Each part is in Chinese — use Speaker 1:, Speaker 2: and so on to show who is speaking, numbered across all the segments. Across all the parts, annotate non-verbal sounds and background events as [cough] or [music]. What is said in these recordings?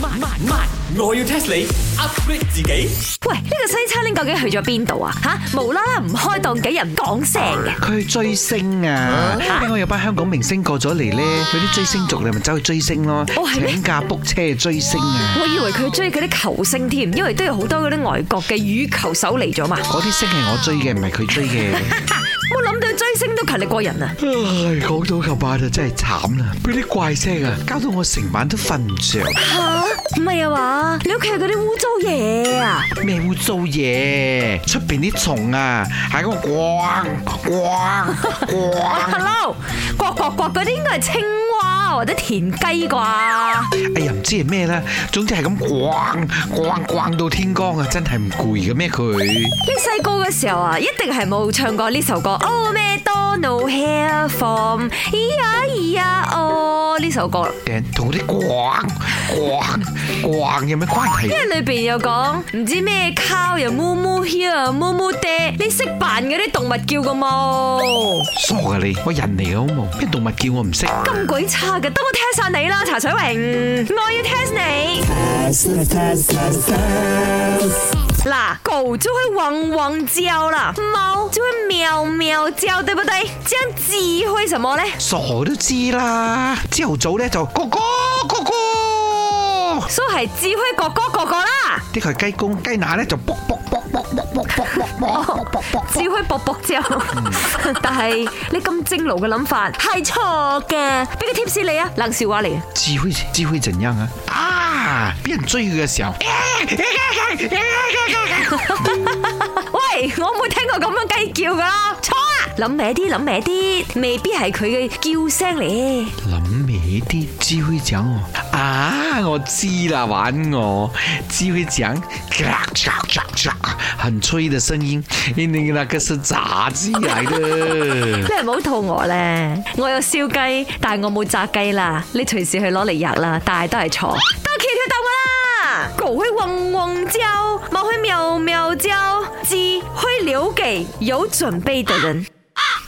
Speaker 1: 慢慢慢，我要 test 你 upgrade 自己。
Speaker 2: 喂，呢、個西餐拎究竟去咗邊度啊？吓，無啦啦唔開檔幾日唔講聲嘅，
Speaker 3: 佢追星啊！聽講有班香港明星過咗嚟咧，佢啲追星族你咪走去追星咯
Speaker 2: 哦，係咩
Speaker 3: 請假 book 車去追星啊！
Speaker 2: 我以為佢追嗰啲球星添，因為都有好多嗰啲外國嘅羽球手嚟咗嘛。 [laughs]
Speaker 3: 嗰啲星係我追嘅，唔係佢追嘅。
Speaker 2: 哈，冇諗到追星都勤力過人啊！
Speaker 3: 唉，講到咁晚就啊真係慘啦，俾啲怪聲啊，搞到我成晚都瞓唔着。
Speaker 2: 吓，唔係啊嘛，你屋企有嗰啲污糟嘢啊？
Speaker 3: 咩污糟嘢？出邊啲蟲啊，喺嗰個咣咣
Speaker 2: 哦
Speaker 3: 咣！
Speaker 2: ，hello，國國國嗰啲應該係青蛙或者田雞啩？
Speaker 3: 哎呀，唔知係咩啦，總之係咁咣咣咣到天光啊，真係唔攰嘅咩佢？
Speaker 2: 你細個嘅時候啊，一定係冇唱過呢首歌。Oh McDonald hair from，咿呀咿呀哦呢首歌啦。
Speaker 3: 同嗰啲咣咣咣有咩關係？
Speaker 2: 因為裏邊有講唔知咩 cow 又 moo moo here moo moo there，你識扮嗰啲動物叫噶冇？
Speaker 3: 傻噶你，我人嚟嘅好冇？咩動物叫我唔識？
Speaker 2: 咁鬼差嘅，等我 test 下你啦，茶水榮，我要 test 你。嗱，狗就會汪汪叫啦，貓就會喵喵叫，對不對？這樣雞會什麼呢？
Speaker 3: 傻都知啦。朝頭早咧就哥哥哥哥，
Speaker 2: 所以係雞會哥哥哥哥啦，
Speaker 3: 啲佢雞公雞乸咧就卜卜卜卜卜卜卜卜卜卜卜卜。
Speaker 2: 雞會卜卜叫。但係你咁正路嘅諗法係錯嘅，俾個 tips 你啊，冷笑話嚟嘅。
Speaker 3: 智慧智慧怎樣啊？啊！俾人追佢嘅時候，
Speaker 2: 喂，我冇聽過咁樣雞叫噶，錯啊！諗歪啲，諗歪啲，未必係佢嘅叫聲嚟。
Speaker 3: 諗歪啲，智慧講我啊！我知啦，玩我智慧講，咔嚓嚓嚓很脆的聲音，因為那個是炸雞來的。
Speaker 2: 你係咪好肚餓咧？我有燒雞，但係我冇炸雞啦。你隨時去攞嚟吔啦，但係都係錯。到揭曉答案啦！狗會汪汪叫，貓會喵喵叫，雞會留給有準備的人。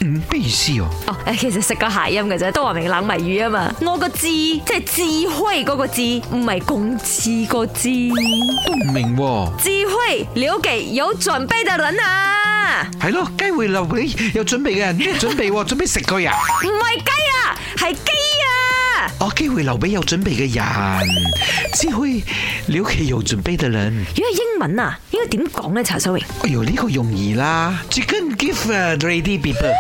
Speaker 3: 嗯，咩意思哦？
Speaker 2: 哦，誒，其實食個諧音嘅啫，都話明冷謎語啊嘛。我個智即係智慧嗰個智，唔係共智個智。
Speaker 3: 都唔明喎。
Speaker 2: 智慧留給有準備的人啊！
Speaker 3: 係咯，雞會留俾有準備嘅人咩準備喎？ [laughs] 準備食佢啊！
Speaker 2: 唔係雞啊，係雞啊！
Speaker 3: 我機哦會留俾有準備嘅人，只可以了解有準備嘅人。
Speaker 2: 如果係英文啊，應該點講咧？查水榮，
Speaker 3: 哎呦，呢、個容易啦，Chicken give a ready people。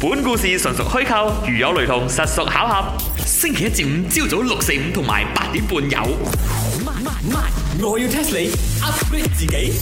Speaker 4: 本故事純屬虛構，如有雷同，實屬巧合。星期一至五朝早六四五同埋八點半有。
Speaker 1: 慢慢慢，我要 test 你 upgrade 自己。